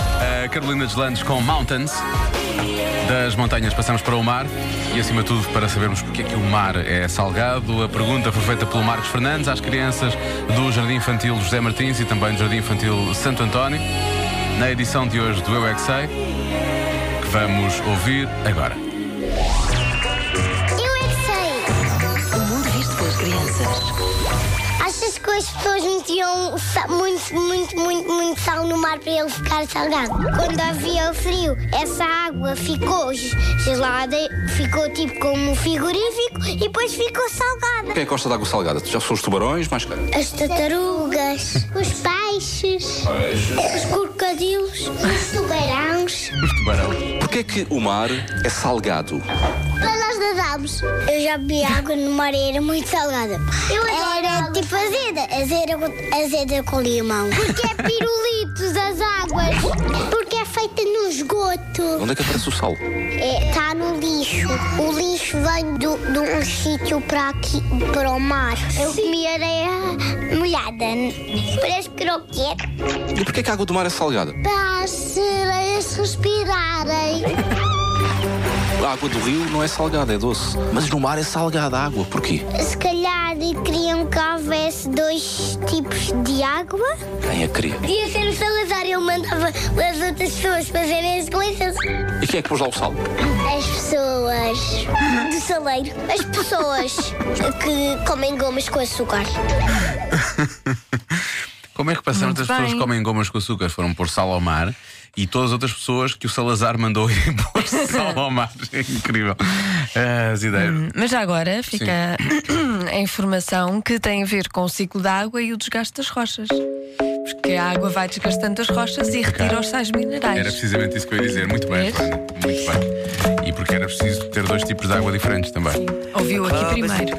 a Eh, Carolina de Landes com Mountains. Das montanhas passamos para o mar e, acima de tudo, para sabermos porque é que o mar é salgado. A pergunta foi feita pelo Marcos Fernandes às crianças do Jardim Infantil José Martins e também do Jardim Infantil Santo António, na edição de hoje do Eu é que Sei, que vamos ouvir agora. Eu é que sei. O mundo visto pelas crianças. Achas que as pessoas metiam sa- muito, muito, muito, muito sal no mar para ele ficar salgado? Quando havia o frio, essa água ficou ge- gelada, ficou tipo como frigorífico e depois ficou salgada. Quem é que gosta de água salgada? Já são os tubarões, mais caro. As tartarugas, os peixes, os crocodilos, os tubarões. Os tubarão. Porquê é que o mar é salgado? Para nós nadámos. Eu já bebi água no mar e era muito salgada. era tipo azeda. azeda. com- Azeda com limão. Porque é pirulitos as águas. Porque é feita no esgoto. Onde é que aparece o sal? Está É, tá no lixo. O lixo vem do, de um sítio para aqui, para o mar. Eu comi areia molhada. Parece croquete. E porquê é que a água do mar é salgada? Para as sereias respirarem. A água do rio não é salgada, é doce. Mas no mar é salgada a água. Porquê? Se calhar queriam que houvesse dois tipos de água. Quem é a cria? Ia ser o Salazar, ele mandava as outras pessoas fazerem as coisas. E quem é que pôs lá o sal? As pessoas do saleiro. As pessoas que comem gomas com açúcar. Como é que passamos Muito das pessoas bem. que comem gomas com açúcar foram pôr sal ao mar e todas as outras pessoas que o Salazar mandou ir pôr sal ao mar? É incrível. Ah, As ideias. Mas já agora fica a informação que tem a ver com o ciclo da água e o desgaste das rochas. Porque a água vai desgastando as rochas e retira os sais minerais. Era precisamente isso que eu ia dizer. Muito bem, Vês? Joana. Muito bem. E porque era preciso ter dois tipos de água diferentes também. Ouviu aqui primeiro.